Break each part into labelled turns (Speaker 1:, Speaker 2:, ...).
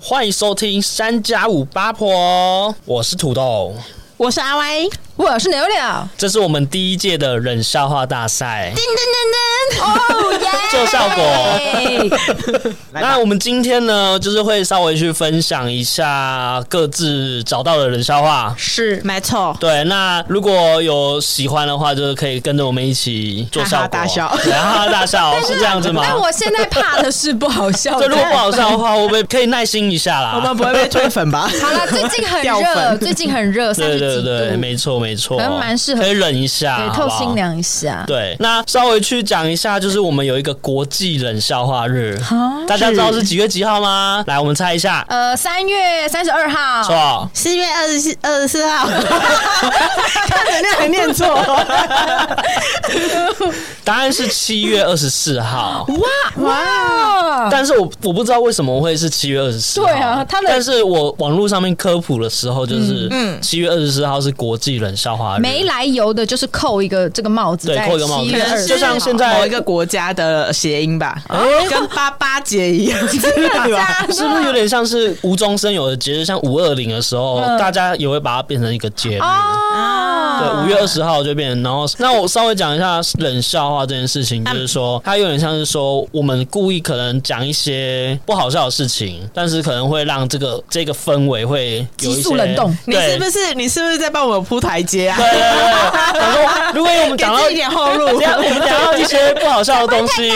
Speaker 1: 欢迎收听三加五八婆，哦我是土豆，
Speaker 2: 我是阿歪，
Speaker 3: 我是牛牛，噔
Speaker 1: 这是我们第一届的冷笑话大赛，
Speaker 3: 噔噔噔，哦耶！
Speaker 1: 做效果。
Speaker 4: 来
Speaker 1: 那我们今天呢，就是会稍微去分享一下各自找到的冷笑话。
Speaker 2: 是没错，
Speaker 1: 对，那如果有喜欢的话，就是可以跟着我们一起做效果，
Speaker 2: 哈哈大笑
Speaker 1: 对哈哈大 笑是这样子吗？
Speaker 3: 但我现在怕的是不好笑。
Speaker 1: 对，如果不好笑的话，我们可以耐心一下啦。
Speaker 2: 我们不会被推粉吧？
Speaker 3: 好了，最近很
Speaker 2: 掉
Speaker 3: 热，
Speaker 2: 粉
Speaker 3: 最近很热，三
Speaker 1: 对
Speaker 3: 十
Speaker 1: 对
Speaker 3: 几度，
Speaker 1: 对，没错没错，
Speaker 3: 可能蛮适合
Speaker 1: 可以忍一下，
Speaker 3: 对，
Speaker 1: 好
Speaker 3: 透
Speaker 1: 不好
Speaker 3: 心。凉一下。
Speaker 1: 对，那稍微去讲一下，就是我们有一个国际冷笑话日，大家知道是几月几号吗？来，我们猜一下，
Speaker 3: 哦呃，三月三十二号，
Speaker 1: 错，
Speaker 2: 四月二十四二十四号，看能量还念错，
Speaker 1: 答案是七月二十四号。
Speaker 3: 哇哇！
Speaker 1: 但是我我不知道为什么会是七月二十四号，
Speaker 3: 对啊他的嗯
Speaker 1: 但是我网络上面科普的时候，就是七月二十四号是国际冷笑话日，
Speaker 3: 没来由的，就是扣一个这个帽子，
Speaker 1: 对
Speaker 3: 在
Speaker 1: 扣一个帽子
Speaker 3: 7月
Speaker 1: 可能
Speaker 3: 20
Speaker 1: 就像现在
Speaker 2: 某一个国家的谐音吧，跟八八节一样，
Speaker 3: 号
Speaker 2: 对吧？
Speaker 3: 大家
Speaker 1: 啊是不是有点像是无中生有的节日？像五二零的时候，
Speaker 3: 嗯
Speaker 1: 大家也会把它变成一个节日。
Speaker 2: 嗯
Speaker 3: 哦，
Speaker 1: 对，五月二十号就变成，然后那我稍微讲一下冷笑话这件事情，就是说它有点像是说我们故意可能讲一些不好笑的事情，但是可能会让这个这个氛围会有一些
Speaker 3: 急速冷冻
Speaker 2: 你是
Speaker 1: 对
Speaker 2: 不是你是不是在帮我们铺台阶啊？
Speaker 1: 对对对，然后如果我们
Speaker 2: 给
Speaker 1: 讲到
Speaker 2: 自己一点后
Speaker 1: 等
Speaker 2: 路
Speaker 1: 一，下我们讲到一些不好笑的东 西，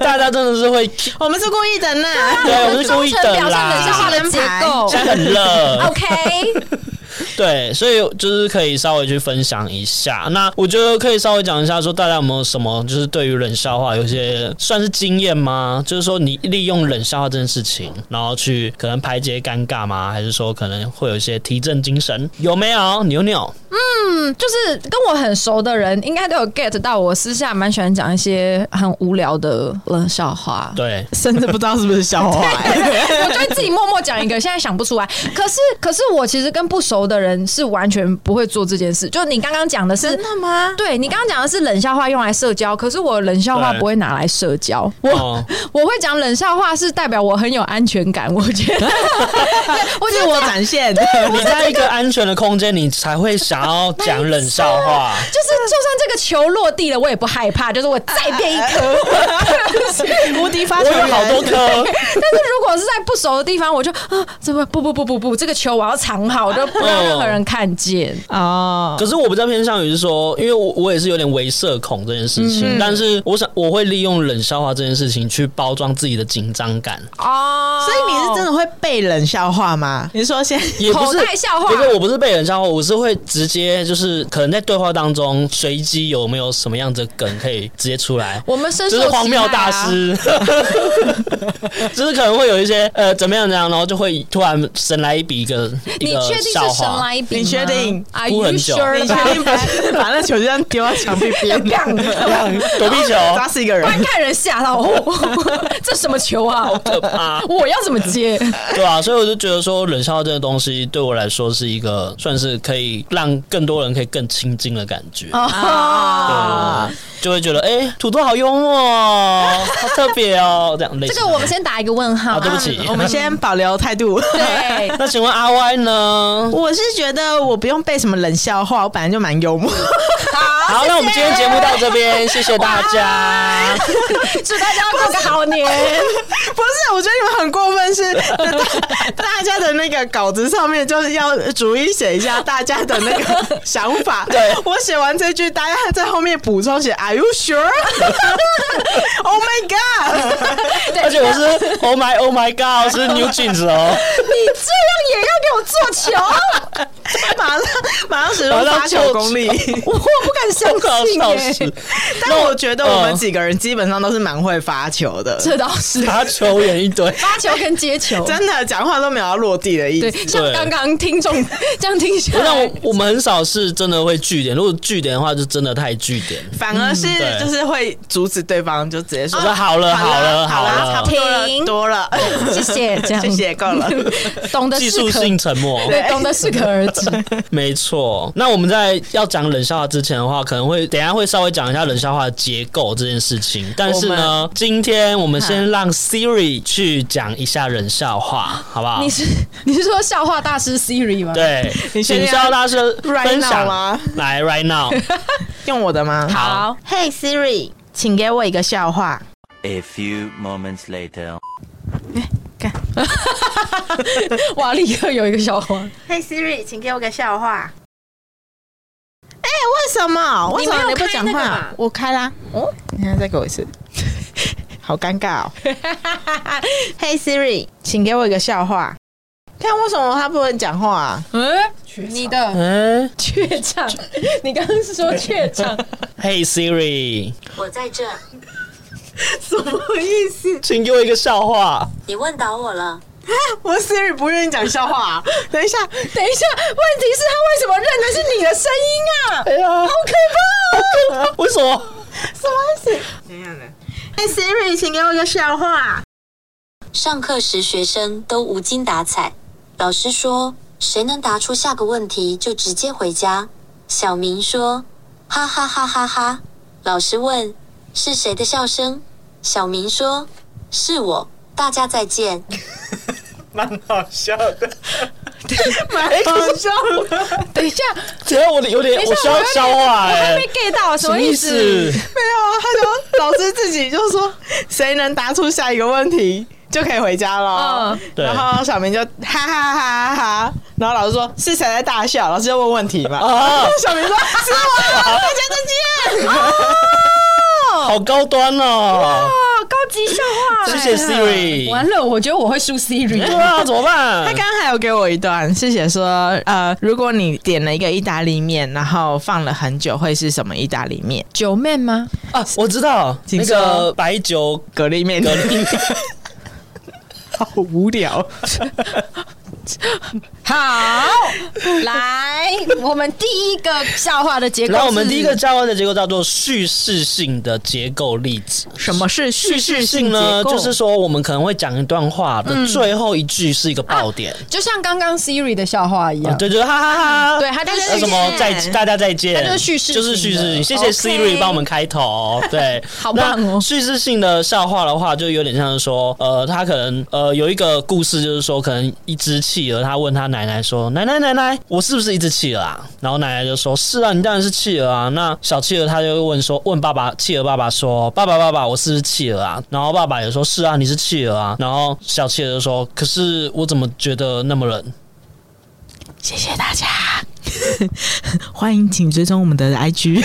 Speaker 1: 大家真的是会，
Speaker 2: 我们是故意的呢。
Speaker 1: 对，我们是故意
Speaker 3: 忠诚
Speaker 1: 等
Speaker 3: 表现冷笑话
Speaker 1: 啦。
Speaker 3: 的结 构
Speaker 1: 现在很
Speaker 2: 啊
Speaker 1: 热
Speaker 3: ，OK，
Speaker 1: 对，所以就是可以稍微去分享一下。那我觉得可以稍微讲一下，说大家有没有什么就是对于冷笑话有一些算是经验吗？就是说你利用冷笑话这件事情，然后去可能排解尴尬吗？还是说可能会有一些提振精神？有没有牛牛？
Speaker 3: 嗯，就是跟我很熟的人，应该都有 get 到，我私下蛮喜欢讲一些很无聊的冷笑话。
Speaker 1: 对，
Speaker 2: 甚至不知道是不是笑话、
Speaker 3: 我就会自己默默讲一个，现在想不出来。可是，可是我其实跟不熟的人是完全不会做这件事。就你刚刚讲的是，
Speaker 2: 的吗？
Speaker 3: 对你刚刚讲的是冷笑话用来社交，可是我冷笑话
Speaker 1: 对
Speaker 3: 不会拿来社交。我、
Speaker 1: 哦
Speaker 3: 我会讲冷笑话是代表我很有安全感，我觉得，我觉
Speaker 2: 自
Speaker 3: 得
Speaker 2: 我
Speaker 3: 我。
Speaker 2: 展现，
Speaker 1: 呃你在一个安全的空间，你才会想要讲冷笑话。
Speaker 3: 就是，就算这个球落地了，我也不害怕。就是我再变一颗，
Speaker 2: 无敌发
Speaker 1: 我
Speaker 2: 球
Speaker 1: 有好多
Speaker 2: 员
Speaker 1: 颗，
Speaker 3: 但是如果是在不熟的地方，我就啊，怎么不不不不不，这个球我要藏好，我
Speaker 1: 哦
Speaker 3: 就不让任何人看见。
Speaker 2: 哦，
Speaker 1: 可是我比较偏向于是说，因为我我也是有点为社恐这件事
Speaker 3: 嗯
Speaker 1: 情，但是我想我会利用冷笑话这件事情去包装自己的紧张感，
Speaker 3: 哦，
Speaker 2: 所以你是真的会背冷笑话吗？你说先
Speaker 1: 也不是
Speaker 3: 口袋笑话
Speaker 1: 不是我不是被冷笑话，我是会直接就是可能在对话当中随机有没有什么样子的梗可以直接出来。
Speaker 3: 我们深受
Speaker 1: 就是
Speaker 3: 其害啊
Speaker 1: 荒谬大，师，就是可能会有一些呃怎么样怎么样，然后就会突然神来一笔一个一
Speaker 3: 你
Speaker 1: 个
Speaker 3: 确定
Speaker 1: 笑
Speaker 3: 是神
Speaker 1: 话，
Speaker 3: 来一笔吗？
Speaker 2: 你确定
Speaker 3: ？Are
Speaker 1: 哭
Speaker 3: you
Speaker 1: 很久
Speaker 3: sure？
Speaker 2: 你确定不是把那球就这样丢到墙壁 边，
Speaker 1: 躲避球
Speaker 3: 啊
Speaker 2: 砸死一个人？
Speaker 3: 观看人吓到，哦 这什么球啊？
Speaker 1: 好可怕。
Speaker 3: 我要怎么接？
Speaker 1: 对啊，所以我就觉得说，冷笑话这个东西对我来说是一个算是可以让更多人可以更亲近的感觉，
Speaker 2: 啊！
Speaker 1: 就会觉得哎、诶土豆好幽默哦，好特别哦，这样类似
Speaker 3: 这
Speaker 1: 的
Speaker 3: 个我们先嗯打一个问号
Speaker 1: 啊，。对不起。
Speaker 2: 我们先保留态度。
Speaker 3: 对，
Speaker 1: 那请问阿 Y 呢？
Speaker 2: 我是觉得我不用背什么冷笑话，我本来就蛮幽默。
Speaker 1: 好，那我们今天节目到这边，谢谢大家。
Speaker 3: 祝大家过个好 年。
Speaker 2: 不是，我觉得你们很过分，是 大大家的那个稿子上面就是要逐一写一下大家的那个 想法。对我写完这句，大家在后面补充写 Are you sure? oh my god！
Speaker 1: 而且我 是 Oh my Oh my God，是 New Jeans 哦，
Speaker 3: 你这样也要给我做球？
Speaker 2: 马上马上使用发球功力。
Speaker 3: 我不敢
Speaker 1: 我快要笑
Speaker 3: 相信
Speaker 1: 死
Speaker 3: 耶。。
Speaker 2: 但我觉得我们几个人基本上都是蛮会发球 的，
Speaker 3: 这倒是
Speaker 1: 打球员一 堆，
Speaker 3: 发球跟接球，
Speaker 2: 真的讲话都没有要落地的意
Speaker 3: 对，
Speaker 2: 思。
Speaker 3: 像刚刚听众 这样听下
Speaker 1: 那
Speaker 3: 来
Speaker 1: 我，我们很少是真的会据点，如果据点的话，就真的太据点。
Speaker 2: 反而是
Speaker 1: 对
Speaker 2: 就是会阻止对方，就直接说
Speaker 1: 我说啊好了，好了，好
Speaker 2: 好啦差
Speaker 1: 了
Speaker 2: 不，多
Speaker 3: 停
Speaker 2: 了，多了，
Speaker 3: 谢谢，这样
Speaker 2: 谢谢，够了。
Speaker 3: 懂得
Speaker 1: 技
Speaker 3: 适
Speaker 1: 术
Speaker 3: 可
Speaker 1: 性沉默，
Speaker 3: 对，懂得适可而止。
Speaker 1: 没错。那我们在要讲冷笑话之前，前的话，可能会等一下会稍微讲一下冷笑话的结构这件事情。但是
Speaker 2: 我
Speaker 1: 呢，今天我们嗯先让 Siri 去讲一下冷笑话，好不 好
Speaker 3: 你？是你是说笑话大师 Siri 吗？，
Speaker 1: 对，
Speaker 2: 你现在
Speaker 1: 请肖大师
Speaker 2: right
Speaker 1: 分
Speaker 2: now
Speaker 1: 享
Speaker 2: 吗
Speaker 1: 来 right now，
Speaker 2: 用我的吗？
Speaker 1: 好，
Speaker 2: ，Hey Siri，请给我一个笑话。
Speaker 4: A few moments later.
Speaker 3: 哇，立刻有一个笑话，
Speaker 2: Hey Siri，请给我个笑话。哎、为什么？为什么你不讲
Speaker 3: 你没有开那个
Speaker 2: 话
Speaker 3: 吧？
Speaker 2: 我开啦。
Speaker 3: 哦
Speaker 2: 哦，你看，再给我一次。 好尴 尬哦。hey Siri，请给我一个笑话。看为什么他不能讲话、啊？
Speaker 3: 嗯，你的
Speaker 1: 嗯
Speaker 3: 怯场，你刚刚是说怯 场，
Speaker 1: ，Hey Siri，
Speaker 5: 我在这，
Speaker 2: 什么意思？
Speaker 1: 请给我一个笑话。
Speaker 5: 你问倒我了。
Speaker 2: 我 Siri 不愿意讲笑话、啊。 等一下，
Speaker 3: 等一下，问题是他为什么认的是你的声 音啊？
Speaker 1: 哎呀，好可怕、哦！为什么？
Speaker 2: 什么意思？怎样呢？Hey Siri，请给我一个笑话。
Speaker 5: 上课时学生都无精打采，老师说谁能答出下个问题就直接回家。小明说，哈哈哈哈哈。老师问是谁的笑声，小明说是我。大家再见。
Speaker 1: 蛮好笑的。
Speaker 2: 蛮搞笑的，
Speaker 3: 等一下，
Speaker 1: 只要我的有点，
Speaker 3: 等一下
Speaker 1: 我需要消化、
Speaker 3: 我还
Speaker 1: 哎，
Speaker 3: 没 get 到，什
Speaker 1: 什
Speaker 3: 么
Speaker 1: 么
Speaker 3: 意
Speaker 1: 意
Speaker 3: 思
Speaker 1: 思？？
Speaker 2: 没有啊，他就老师自己就说， 谁能答出下一个问题就可以回家了。
Speaker 1: 嗯
Speaker 2: 然后小明就哈哈哈哈哈，然后老师说是谁在大笑，老师就问问题嘛。
Speaker 1: 啊，
Speaker 2: 小明说是我，大家啊再见。
Speaker 1: 好高端哦！
Speaker 3: 哦，高级笑话哎
Speaker 1: 谢谢 Siri。
Speaker 3: 完了，我觉得我会输 Siri。
Speaker 1: 对啊，怎么办？
Speaker 2: 他刚刚还有给我一段是写说，呃，如果你点了一个意大利面，然后放了很久，会是什么意大利面？
Speaker 3: 九妹吗？
Speaker 1: 啊，我知道
Speaker 2: 请
Speaker 1: 那
Speaker 2: 说
Speaker 1: 个白酒
Speaker 2: 蛤蜊面，
Speaker 1: 蛤蜊，
Speaker 2: 好无聊。
Speaker 3: 好，来，我们第一个笑话的结构是，
Speaker 1: 然后我们第一个教案的结构叫做叙事性的结构例子。
Speaker 2: 什么是
Speaker 1: 叙
Speaker 2: 叙事
Speaker 1: 事性
Speaker 2: 性结
Speaker 1: 呢，
Speaker 2: 构？嗯
Speaker 1: 就是说我们可能会讲一段话的最后一句是一个爆点，
Speaker 3: 就像刚刚 Siri 的笑话一
Speaker 1: 啊
Speaker 3: 样，
Speaker 1: 对，就是哈哈哈哈。
Speaker 3: 对，它就
Speaker 1: 那
Speaker 3: 是
Speaker 1: 什么再大家再见，
Speaker 3: 它就是叙事
Speaker 1: 就
Speaker 3: 性的
Speaker 1: 是叙事性。谢谢
Speaker 3: OK
Speaker 1: Siri 帮我们开头，对，
Speaker 3: 好棒哦
Speaker 1: 那叙事性的笑话的话，就有点像是说，呃，他可能呃有一个故事，就是说可能一只企鹅，他问他奶奶说：“奶奶奶奶，我是不是一只企鹅啊？”然后奶奶就说：“是啊，你当然是企鹅啊。”那小企鹅他就会问说，问爸爸，企鹅爸爸说：“爸爸爸爸，我是不是企鹅啊？”然后爸爸也说：“是啊，你是企鹅啊。”然后小企鹅就说：“可是我怎么觉得那么冷？”
Speaker 2: 谢谢大家，欢迎请追踪我们的 IG。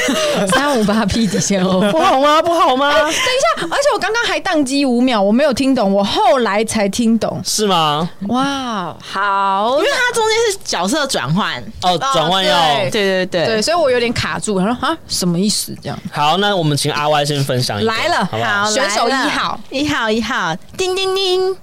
Speaker 3: 三五八 P 底线哦。
Speaker 1: 不好吗？不好吗？
Speaker 3: 哎等一下，而且我刚刚还宕机五秒，我没有听懂，我后来才听懂。
Speaker 1: 是吗？
Speaker 3: 哇，好
Speaker 2: 因为，它中间是角色转换，
Speaker 1: 哦，转换要
Speaker 2: 对对对，
Speaker 3: 对，所以我有点卡住，他说啊，什么意思？这样
Speaker 1: 好，那我们请阿 Y 先分享一个
Speaker 3: 来了
Speaker 1: 好不好？
Speaker 2: 好，
Speaker 3: 选手
Speaker 2: 来了
Speaker 3: 一号，
Speaker 2: 一号，一号，叮叮叮。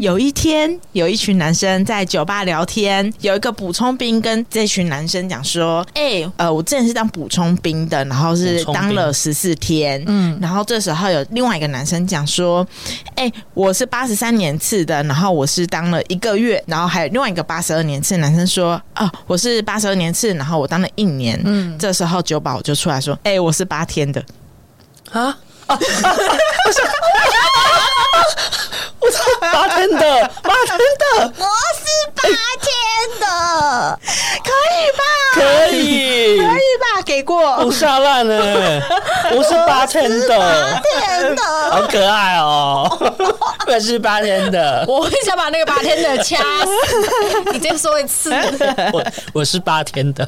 Speaker 2: 有一天，有一群男生在酒吧聊天，有一个补充兵跟这群男生讲说：“哎、呃，我之前是当补充兵的，然后是
Speaker 1: 补充兵
Speaker 2: 当了十四天。”
Speaker 3: 嗯
Speaker 2: 嗯，然后这时候有另外一个男生讲说：“哎、我是八十三年次的，然后我是当了一个月。”然后还有另外一个八十二年次的男生说：“啊，我是八十二年次，然后我当了一年。”嗯，这时候酒保就出来说：“哎、我是八天的。”
Speaker 1: 啊啊！ 我操，八天的，八天的，
Speaker 5: 我是八天的，
Speaker 2: 可以吧？
Speaker 1: 可以，
Speaker 2: 可以吧？给过
Speaker 1: 不。下烂呢，我是八天的，
Speaker 5: 天的。
Speaker 1: 好可爱哦， 我是八天的，
Speaker 3: 我会想把那个八天的掐 死。你再说一次，
Speaker 1: 哎我我是八天的，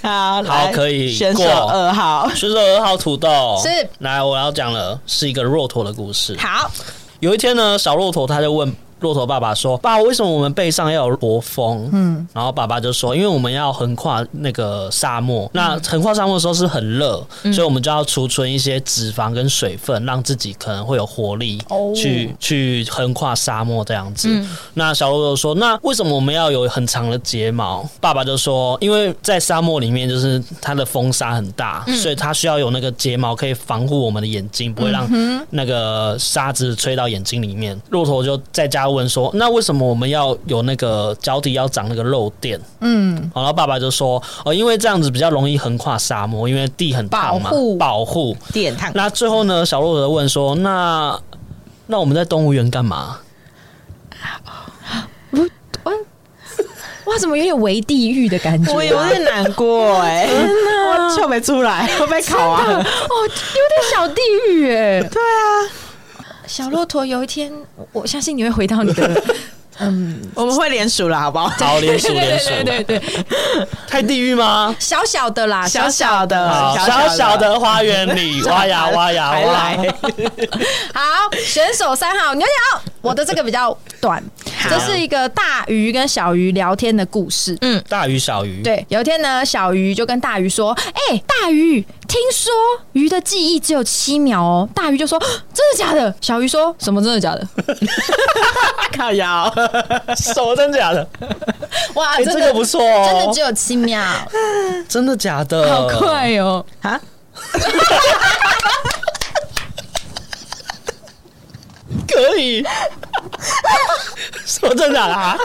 Speaker 2: 好，
Speaker 1: 好
Speaker 2: 来
Speaker 1: 可以
Speaker 2: 选手
Speaker 1: 过
Speaker 2: 二号。
Speaker 1: 选手二号土豆
Speaker 3: 是
Speaker 1: 来，我要讲了，是一个骆驼的故事。
Speaker 2: 好，
Speaker 1: 有一天呢，小骆驼他就问骆驼爸爸说：“爸，为什么我们背上要有驼峰？”嗯，然后爸爸就说：“因为我们要横跨那个沙漠，那横跨沙漠的时候是很热，所以我们就要储存一些脂肪跟水分，让自己可能会有活力
Speaker 3: 哦
Speaker 1: 去、去横跨沙漠这样子。那小骆驼说：“那为什么我们要有很长的睫毛？”爸爸就说：“因为在沙漠里面，就是它的风沙很大，
Speaker 3: 嗯
Speaker 1: 所以它需要有那个睫毛可以
Speaker 3: 嗯
Speaker 1: 防护我们的眼睛，不会让那个沙子吹到眼睛里面。”骆驼就在家家问说，那为什么我们要有那个脚底要长那个肉垫？
Speaker 3: 嗯，
Speaker 1: 好，然后爸爸就说，哦，因为这样子比较容易横跨沙漠，因为地很烫嘛
Speaker 3: 保护，
Speaker 1: 保护。
Speaker 2: 电烫
Speaker 1: 那最后呢，小洛德问说，那那我们在动物园干 嘛？
Speaker 3: 哇，怎么有点为地狱的感觉、啊？
Speaker 2: 我有点难过哎、我笑没出来，会被考
Speaker 3: 真的
Speaker 2: 啊！
Speaker 3: 哦，有点小地狱哎、
Speaker 2: 对啊，
Speaker 3: 小骆驼，有一天，我相信你会回到你的，嗯，
Speaker 2: 我们会联署了，好不好？
Speaker 1: 好，连署连署，
Speaker 3: 对对对对，
Speaker 1: 太地狱吗？
Speaker 3: 小小的啦，
Speaker 2: 小小的，
Speaker 1: 好，小小的花园里，挖呀挖呀
Speaker 2: 啊还
Speaker 1: 挖。
Speaker 2: 来，
Speaker 3: 好，选手三号牛角，我的这个比较短，这是一个大鱼跟小鱼聊天的故事。
Speaker 2: 嗯
Speaker 1: 大鱼小鱼，
Speaker 3: 对，有一天呢，小鱼就跟大鱼说：“哎、大鱼，听说鱼的记忆只有七秒哦。”大鱼就说：“真的假的？”小鱼说：“什么真的假的？
Speaker 2: 靠腰，
Speaker 1: 什么真假的？
Speaker 3: 哇，
Speaker 1: 哎，
Speaker 3: 真
Speaker 1: 这
Speaker 3: 的、
Speaker 1: 个不错哦，
Speaker 3: 真的只有七 秒，
Speaker 1: 真的假的？
Speaker 3: 好快哦！
Speaker 2: 啊！
Speaker 1: 可以。什么真的啊？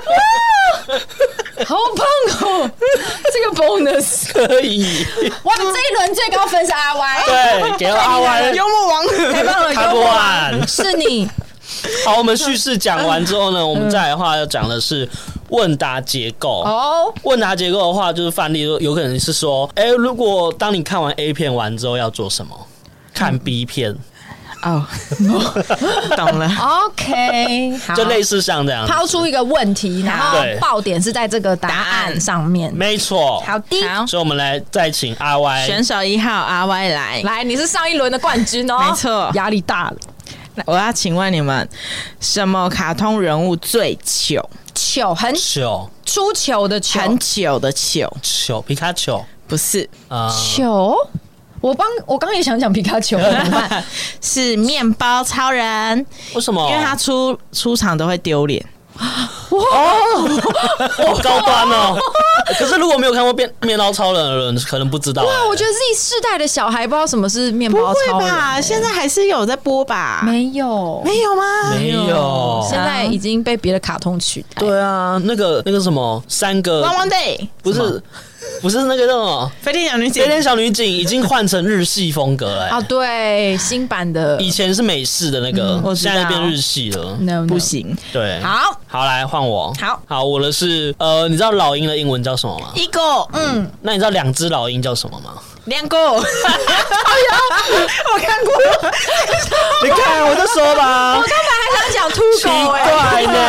Speaker 3: 好棒 哦！这个 bonus，
Speaker 1: 可以，
Speaker 3: 哇，这一轮最高分是啊 阿 Y，
Speaker 1: 对，啊给阿歪
Speaker 2: 幽默王，
Speaker 3: 太棒了，
Speaker 1: 看不
Speaker 3: 幽默
Speaker 1: 完。
Speaker 3: 是你
Speaker 1: 好，我们叙事讲完之后呢，我们再来的话要讲的是问答结构。
Speaker 3: 哦，
Speaker 1: 问答结构的话，就是范例，有可能是说，哎、如果当你看完 A 片完之后要做什么？看 B 片，
Speaker 2: 哦，懂 了，
Speaker 3: OK，好
Speaker 1: 就类似像这样子。
Speaker 3: 抛出一个问题，然后
Speaker 1: 对
Speaker 3: 爆点是在这个答案上面。
Speaker 1: 没错。
Speaker 3: 好的，
Speaker 2: 好
Speaker 1: 所以我们来再请阿 Y
Speaker 2: 选手一号 R Y 来，
Speaker 3: 来，你是上一轮的冠军哦，
Speaker 2: 没错
Speaker 3: 压力大了。
Speaker 2: 我要请问你们，什么卡通人物最糗？
Speaker 3: 糗很
Speaker 1: 球
Speaker 3: 出糗的糗，
Speaker 2: 很糗的糗，
Speaker 1: 球皮卡丘
Speaker 2: 不是，
Speaker 1: 啊，
Speaker 3: 糗。我帮我刚刚也想讲皮卡丘，怎 么办？
Speaker 2: 是面包超人，
Speaker 1: 为什么？
Speaker 2: 因为他出出场都会丢脸。
Speaker 1: 哦好高端哦。 可是如果没有看过《面面包超人》的人，可能不知道。
Speaker 3: 哇，哦我觉得 Z 世代的小孩不知道什么是面
Speaker 2: 不
Speaker 3: 包
Speaker 2: 会
Speaker 3: 超人
Speaker 2: 吧？
Speaker 3: 欸，
Speaker 2: 现在还是有在播吧？
Speaker 3: 没有，
Speaker 2: 没有啊吗？
Speaker 1: 没有。
Speaker 3: 现在已经被别的卡通取代。
Speaker 1: 对啊，那个那个什么，三个
Speaker 2: 汪汪队，
Speaker 1: 不是不是那个什么
Speaker 2: 飞天小女
Speaker 1: 《飞天
Speaker 2: 警，
Speaker 1: 小女警》已经换成日系风格了欸、
Speaker 3: 啊，
Speaker 2: 哦
Speaker 3: 对，新版的
Speaker 1: 以前是美式的那个，
Speaker 2: 嗯我知道
Speaker 1: 现在变日系了。
Speaker 3: no no
Speaker 2: 不。行
Speaker 1: 对，
Speaker 3: 好，
Speaker 1: 好来换我。
Speaker 3: 好
Speaker 1: 好，我的是呃，你知道老鹰的英文叫什么吗？
Speaker 2: 一个，嗯，
Speaker 1: 那你知道两只老鹰叫什么吗？
Speaker 2: 两个，我看过，
Speaker 1: 你看，我就说吧。
Speaker 3: 他还想 讲秃
Speaker 1: 奇
Speaker 3: 狗哎、
Speaker 1: 怪呢。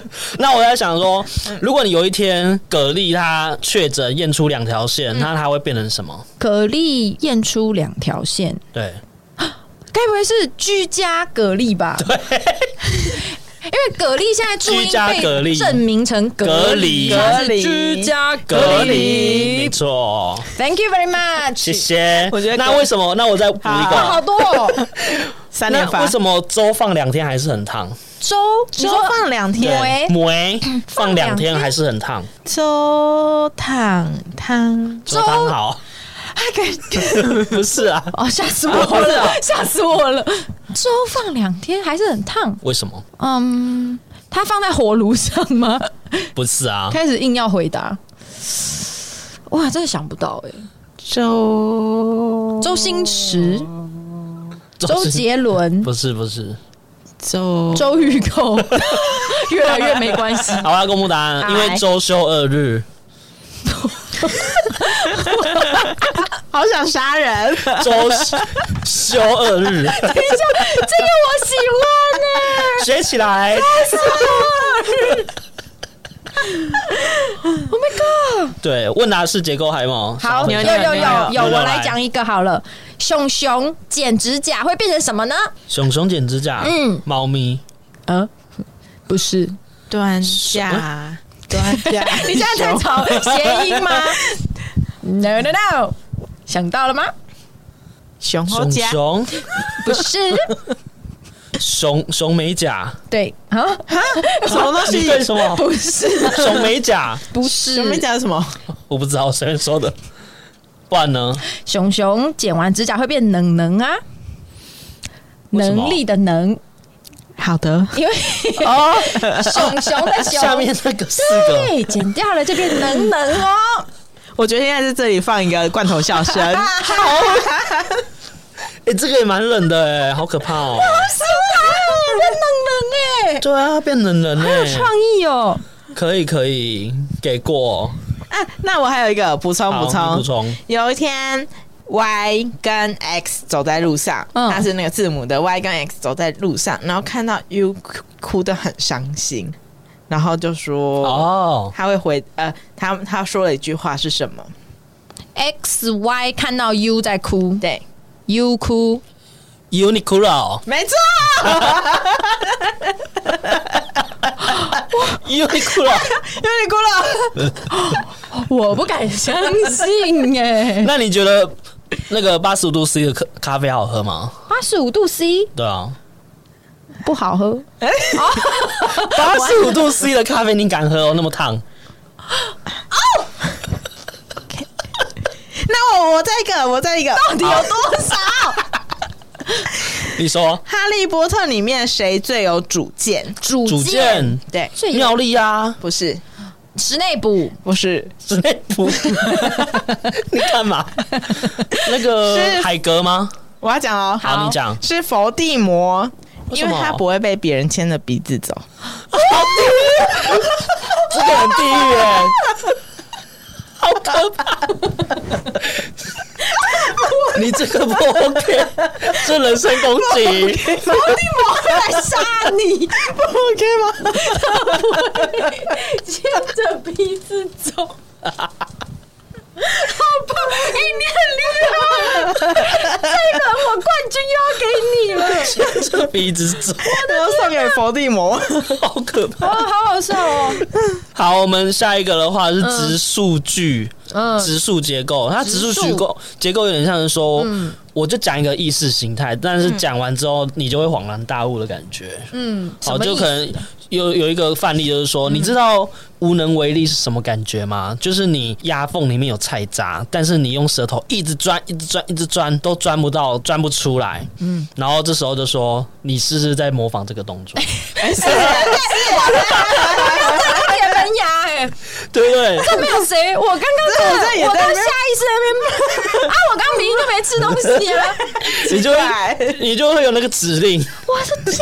Speaker 1: 那我在想说，如果你有一天蛤蜊它确诊验出两条线，那它会变成什么？
Speaker 3: 蛤蜊验出两条线，
Speaker 1: 对，
Speaker 3: 该不会是居家蛤蜊吧？对， 因为蛤蜊现在注
Speaker 1: 居家蛤
Speaker 3: 音被
Speaker 1: 蜊
Speaker 3: 证明成
Speaker 1: 蛤
Speaker 3: 蛤
Speaker 1: 蜊
Speaker 3: 蜊，它
Speaker 2: 蛤蜊
Speaker 3: 是居家
Speaker 1: 蛤
Speaker 3: 蛤
Speaker 1: 蜊，没
Speaker 3: 蜊。
Speaker 1: 错，
Speaker 3: Thank you very much，
Speaker 1: 谢谢。
Speaker 2: 我觉得
Speaker 1: 那
Speaker 2: 蛤
Speaker 1: 为什么？那我再补一
Speaker 2: 好
Speaker 1: 个
Speaker 3: 好。多、哦、
Speaker 2: 三连
Speaker 1: 那
Speaker 2: 发，
Speaker 1: 为什么粥放两天还是很烫？
Speaker 3: 周
Speaker 2: 周放两天，
Speaker 3: 喂
Speaker 1: 梅放两
Speaker 3: 两
Speaker 1: 天
Speaker 3: 天
Speaker 1: 还是很烫？
Speaker 2: 周汤汤，
Speaker 1: 粥汤好， 不是啊？
Speaker 3: 哦，吓死我了， 吓死我了！周放两天还是很烫，
Speaker 1: 为什么？
Speaker 3: 嗯，它放在火炉上吗？
Speaker 1: 不是啊？
Speaker 3: 开始硬要回答，哇，真的想不到哎、
Speaker 2: 周
Speaker 3: 周星驰、周
Speaker 1: 周是
Speaker 3: 杰 伦、
Speaker 1: 不是不是。
Speaker 2: 周
Speaker 3: 周玉蔻， 越来越没关系。
Speaker 1: 好，我要公布答案，因为
Speaker 3: 来
Speaker 1: 周休二日。
Speaker 2: 好想杀人，
Speaker 1: 周休二日，
Speaker 3: 等一下，这个我喜欢欸呢、
Speaker 1: 学起来。
Speaker 3: Oh my god！
Speaker 1: 对，问答式结构还有没有？
Speaker 3: 好，有
Speaker 1: 想要分享
Speaker 3: 有有
Speaker 2: 牛牛
Speaker 3: 有有，
Speaker 1: 牛
Speaker 3: 我
Speaker 1: 来
Speaker 3: 来讲一个好了。熊熊剪指甲会变成什么呢？
Speaker 1: 熊熊剪指甲，嗯
Speaker 3: 嗯，
Speaker 1: 猫咪，
Speaker 3: 嗯，不是。
Speaker 2: 端下端下，
Speaker 3: 你现在在吵谐音吗 ？No No No！想到了吗？
Speaker 2: 熊后
Speaker 1: 熊
Speaker 2: 家
Speaker 1: 熊，
Speaker 3: 不是，
Speaker 1: 熊熊美甲，
Speaker 3: 对啊，
Speaker 2: 什么东
Speaker 1: 你
Speaker 2: 西？
Speaker 1: 对什么？
Speaker 3: 不是，
Speaker 1: 熊美甲，
Speaker 3: 不是。
Speaker 2: 前面讲什么？
Speaker 1: 我不知道，我随便说的。不然呢？
Speaker 3: 熊熊剪完指甲会变能能啊，
Speaker 1: 为什么
Speaker 3: 能力的能，
Speaker 2: 好的，
Speaker 3: 因为
Speaker 2: 哦，
Speaker 3: 熊熊的熊，
Speaker 1: 下面那个四个，
Speaker 3: 对，剪掉了这边能能哦，
Speaker 2: 我觉得现在在这里放一个罐头笑声，啊好
Speaker 1: 哎，这个也蛮冷的哎，好可怕哦。
Speaker 3: 是吧？能能哎，
Speaker 1: 对啊，变冷人
Speaker 3: 好有
Speaker 1: 哎，
Speaker 3: 创意哦。
Speaker 1: 可以可以，给过。
Speaker 2: 啊！那我还有一个补充
Speaker 1: 好
Speaker 2: 补
Speaker 1: 你
Speaker 2: 充
Speaker 1: 补充，
Speaker 2: 有一天。Y 跟 X 走在路上，
Speaker 3: 嗯
Speaker 2: 他是那个字母的 Y 跟 X 走在路上，然后看到 U 哭哭得很伤心，然后就说
Speaker 1: 哦，
Speaker 2: 他会回呃，他他说了一句话是什么？
Speaker 3: X Y 看到 U 在哭
Speaker 2: 对，
Speaker 3: ，U 哭，
Speaker 1: Uniqlo，哦
Speaker 2: 没错，
Speaker 1: Uniqlo，
Speaker 2: 有点哭了。
Speaker 3: 我不敢相信 哎、
Speaker 1: 那你觉得那个八十五度 C 的咖咖啡好喝吗？
Speaker 3: 八十五度 C
Speaker 1: 对 啊，
Speaker 3: 不好喝，
Speaker 1: 八十五度 C 的咖啡你敢喝哦？那么烫，
Speaker 2: 那我我再一个，我再一个，到底有多少？
Speaker 1: 你说
Speaker 2: 哈利波特里面谁最有主见？
Speaker 3: 主
Speaker 1: 主见
Speaker 2: 对，
Speaker 3: 最
Speaker 1: 妙丽啊，
Speaker 2: 不是，
Speaker 3: 室内补
Speaker 2: 不是，
Speaker 1: 之类不？ 你干嘛？那个
Speaker 2: 是
Speaker 1: 海格吗？
Speaker 2: 我要讲哦，
Speaker 1: 好，你讲。
Speaker 2: 是伏地魔，
Speaker 1: 为
Speaker 2: 因
Speaker 1: 什么
Speaker 2: 为他不会被别人牵着鼻子走。
Speaker 1: 这个很地狱哎， 好可怕！ 你这个不 OK，这人身攻 击。
Speaker 3: 来杀你，
Speaker 2: 不 OK 吗？
Speaker 3: 牵着鼻子走。好棒！哎、你很厉害，这轮我冠军又要给你了，
Speaker 1: 这鼻子走，
Speaker 2: 那要送给伏地魔。
Speaker 1: 好可怕。
Speaker 3: 哦，好好笑哦。
Speaker 1: 好，我们下一个的话是植数据，
Speaker 3: 嗯，
Speaker 1: 植数结构。它植数结构结构有点像是说，
Speaker 3: 嗯
Speaker 1: 我就讲一个意识形态，但是讲完之后你就会恍然大悟的感觉。
Speaker 3: 嗯，什
Speaker 1: 好，
Speaker 3: 么
Speaker 1: 就
Speaker 3: 意
Speaker 1: 可
Speaker 3: 思？嗯
Speaker 1: 能有有一个范例，就是说，你知道无能为力是什么感觉吗？就是你牙缝里面有菜渣，但是你用舌头一直钻，一直钻，一直钻，都钻不到，钻不出来。嗯，然后这时候就说，你是不是在模仿这个动 作？
Speaker 3: 铁哎门牙哎、
Speaker 1: 对不对？
Speaker 3: 这没有谁，我刚刚
Speaker 2: 这我这也
Speaker 3: 我
Speaker 2: 在
Speaker 3: 刚
Speaker 2: 那边
Speaker 3: 下意识在那边啊，我刚明明就没吃东西啊！
Speaker 1: 你 就会
Speaker 2: 对
Speaker 1: 你就会有那个指令，
Speaker 3: 我的天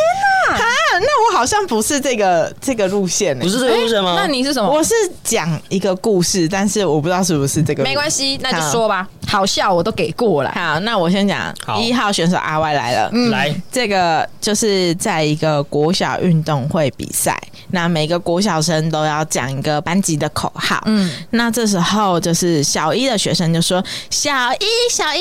Speaker 3: 哪！
Speaker 2: 啊，那我好像不是这个这个路线呢、
Speaker 1: 不是这个路线吗？
Speaker 3: 哎那你是什么？
Speaker 2: 我是讲一个故事，但是我不知道是不是这个。
Speaker 3: 没关。系，那就说吧。好笑我都给过了。
Speaker 2: 好，那我先讲
Speaker 1: 好
Speaker 2: 一号选手阿 Y 来了。
Speaker 3: 嗯
Speaker 1: 来，
Speaker 2: 这个就是在一个国小运动会比赛，那每个国小生都要讲一个班级的口号。
Speaker 3: 嗯，
Speaker 2: 那这时候就是小一的学生就说：“小一，小一，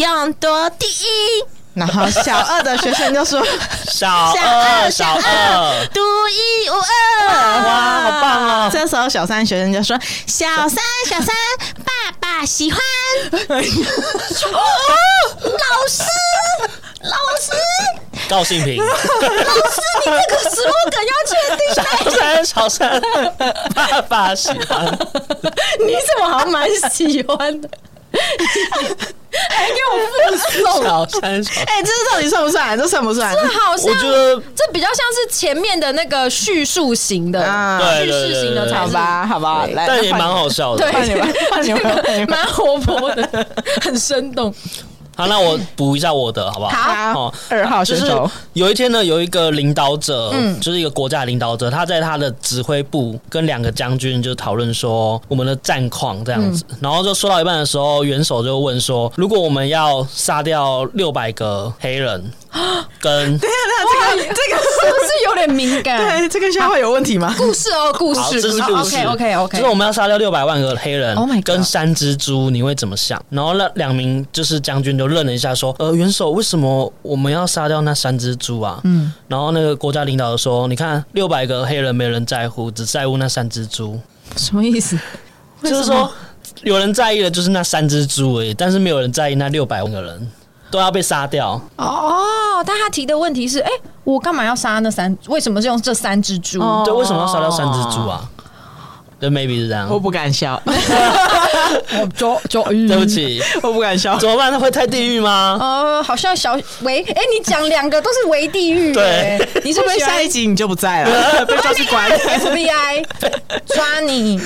Speaker 2: 勇夺第一。”然后小二的学 生就说
Speaker 1: 小二，小二，：“
Speaker 2: 独一无二。”
Speaker 1: 哇，好棒哦！
Speaker 2: 这时候小三学生就说：“小三，小三，爸爸喜欢。
Speaker 3: 老师，老师，
Speaker 1: 高兴平，
Speaker 3: 这个时候梗要确定。
Speaker 1: 小三，小三，爸爸喜欢。
Speaker 3: 你怎么好像蛮喜欢的？还给我附送，
Speaker 1: 小三，小三
Speaker 2: 哎，这到底算不算？这算不算？
Speaker 3: 这好像
Speaker 1: 我觉得
Speaker 3: 这比较像是前面的那个叙述型的，
Speaker 2: 啊
Speaker 1: 对
Speaker 3: 叙
Speaker 1: 对
Speaker 3: 事型
Speaker 1: 对
Speaker 3: 的
Speaker 1: 对
Speaker 3: 才
Speaker 2: 好
Speaker 3: 是
Speaker 2: 吧，好吧，来，
Speaker 1: 但也蛮
Speaker 2: 换
Speaker 1: 好笑的。
Speaker 2: 你们换你们换你们
Speaker 3: 蛮活泼的，很生动。
Speaker 1: 好，那我补一下我的好不好？
Speaker 2: 好
Speaker 1: 哦
Speaker 2: 二号
Speaker 1: 就
Speaker 2: 选
Speaker 1: 是
Speaker 2: 手，嗯
Speaker 1: 有一天呢，有一个领导者，就是一个国家领导者，他在他的指挥部跟两个将军就讨论说我们的战况这样子，
Speaker 2: 嗯
Speaker 1: 然后就说到一半的时候，元首就问说，如果我们要杀掉六百个黑 人，跟
Speaker 3: 哇，这个是不是有点敏感？
Speaker 2: 对这个笑话有问题吗？
Speaker 3: 故事哦，故
Speaker 1: 好，
Speaker 3: 事，
Speaker 1: 这是故事。
Speaker 3: OK OK
Speaker 1: 就是我
Speaker 3: OK。
Speaker 1: 们要杀掉六百万个黑人
Speaker 3: Oh my god
Speaker 1: 跟三只猪，你会怎么想？然后那两名就是将军就愣了一下，说：“呃，元首，为什么我们要杀掉那三只猪啊？”嗯，然后那个国家领导说：“你看，六百个黑人没人在乎，只在乎那三只猪，
Speaker 3: 什么意思？
Speaker 1: 就是说有人在意的就是那三只猪而已，但是没有人在意那六百万个人都要被杀掉。
Speaker 3: 哦，但他提的问题是，哎、我干嘛要杀那三？为什么是用这三只猪？
Speaker 2: 哦
Speaker 3: 哦
Speaker 1: 对，为什么要杀掉三只猪啊？对，maybe 是这样。
Speaker 2: 我不敢笑，
Speaker 3: 我就就对
Speaker 1: 对不。起，
Speaker 2: 我不敢笑。
Speaker 1: 怎么办？那会太地狱吗？
Speaker 3: 呃，好像小维，哎、你讲两个都是维地狱、
Speaker 1: 对
Speaker 3: 哎你是
Speaker 2: 会
Speaker 3: 不是
Speaker 2: 不会
Speaker 3: 喜欢
Speaker 2: 下一集你就不在了？被抓去 关？
Speaker 3: FBI 抓你？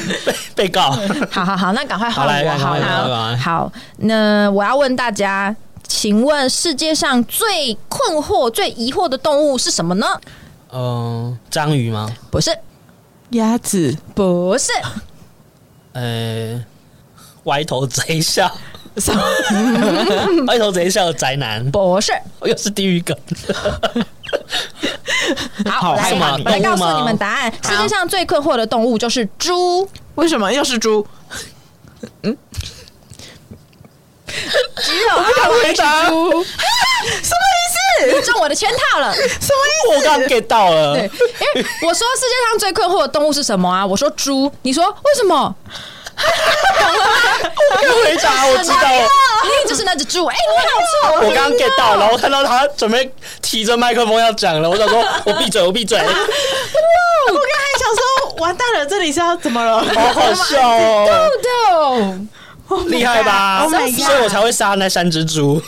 Speaker 1: 被告，
Speaker 3: 好好好，那赶快
Speaker 1: 好
Speaker 3: 换
Speaker 1: 来
Speaker 3: 我，
Speaker 1: 赶快
Speaker 3: 好
Speaker 1: 赶快赶
Speaker 3: 好
Speaker 1: 快
Speaker 3: 好。那我要问大家，请问世界上最困惑、最疑惑的动物是什么呢？
Speaker 1: 嗯，章鱼吗？
Speaker 3: 不是，
Speaker 2: 鸭子、
Speaker 3: 不是，
Speaker 1: 呃，歪头贼笑，
Speaker 2: 什么？
Speaker 1: 歪头贼笑的宅男，
Speaker 3: 不 是。
Speaker 1: 又是地狱梗。
Speaker 3: 好，我来
Speaker 1: 是吗
Speaker 3: 我来
Speaker 1: 动
Speaker 3: 告
Speaker 1: 物吗
Speaker 3: 诉你们答案。世界上最困惑的动物就是 猪。
Speaker 2: 为什么又是猪？
Speaker 3: 只有阿维是猪，什么意思？ 中我的圈套了。
Speaker 2: 什么意
Speaker 1: 我
Speaker 2: 思？
Speaker 1: 刚 get 到了
Speaker 3: 对，，因为我说世界上最困惑的动物是什么啊？我说猪，你说为什么？
Speaker 1: 我回答哦我知道了。
Speaker 3: 你就是那啊只猪。哎、你好错。
Speaker 1: 我刚刚 get 到，然后看到他准备提着麦克风要讲了，我想说，我闭嘴，我闭嘴，好
Speaker 2: 我刚才想说，完蛋了，这里是要怎么了？
Speaker 1: 好笑哦，
Speaker 3: 豆豆。
Speaker 1: 厉害吧？
Speaker 2: Oh my
Speaker 1: 所以我才会杀那三只猪。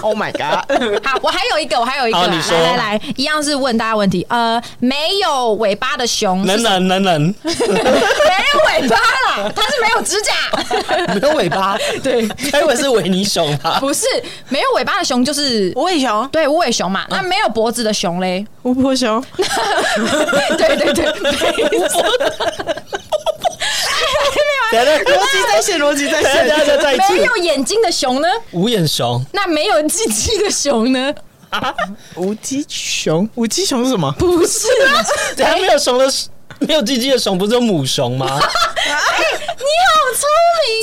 Speaker 2: Oh my god！
Speaker 3: 好，我还有一个，我还有一个啊，
Speaker 1: 好你说
Speaker 3: 来来来，一样是问大家问题。呃，没有尾巴的熊 是
Speaker 1: 能
Speaker 3: 什么，
Speaker 1: 能能能，
Speaker 3: 没有尾巴啦，它是没有指甲，
Speaker 1: 没有尾巴，对，该不会是维尼熊啊吧？
Speaker 3: 不是没有尾巴的熊就是
Speaker 2: 无尾熊、
Speaker 3: 对无尾熊
Speaker 1: 嗯
Speaker 3: 嘛？那没有脖子的熊嘞？
Speaker 2: 无波熊，
Speaker 3: 对对对， 没错
Speaker 1: 等一下等一
Speaker 2: 逻辑在线，逻辑在
Speaker 1: 下等一下
Speaker 2: 线。
Speaker 1: 再再一
Speaker 3: 没
Speaker 1: 次，
Speaker 3: 有眼睛的熊呢？
Speaker 1: 无眼 熊，
Speaker 3: 那没有鸡鸡的熊呢？
Speaker 2: 无鸡熊，无鸡熊是什么？
Speaker 3: 不 是啊，
Speaker 1: 等一下没有熊的。没有鸡鸡的熊不是有母熊 吗？
Speaker 3: 你好聪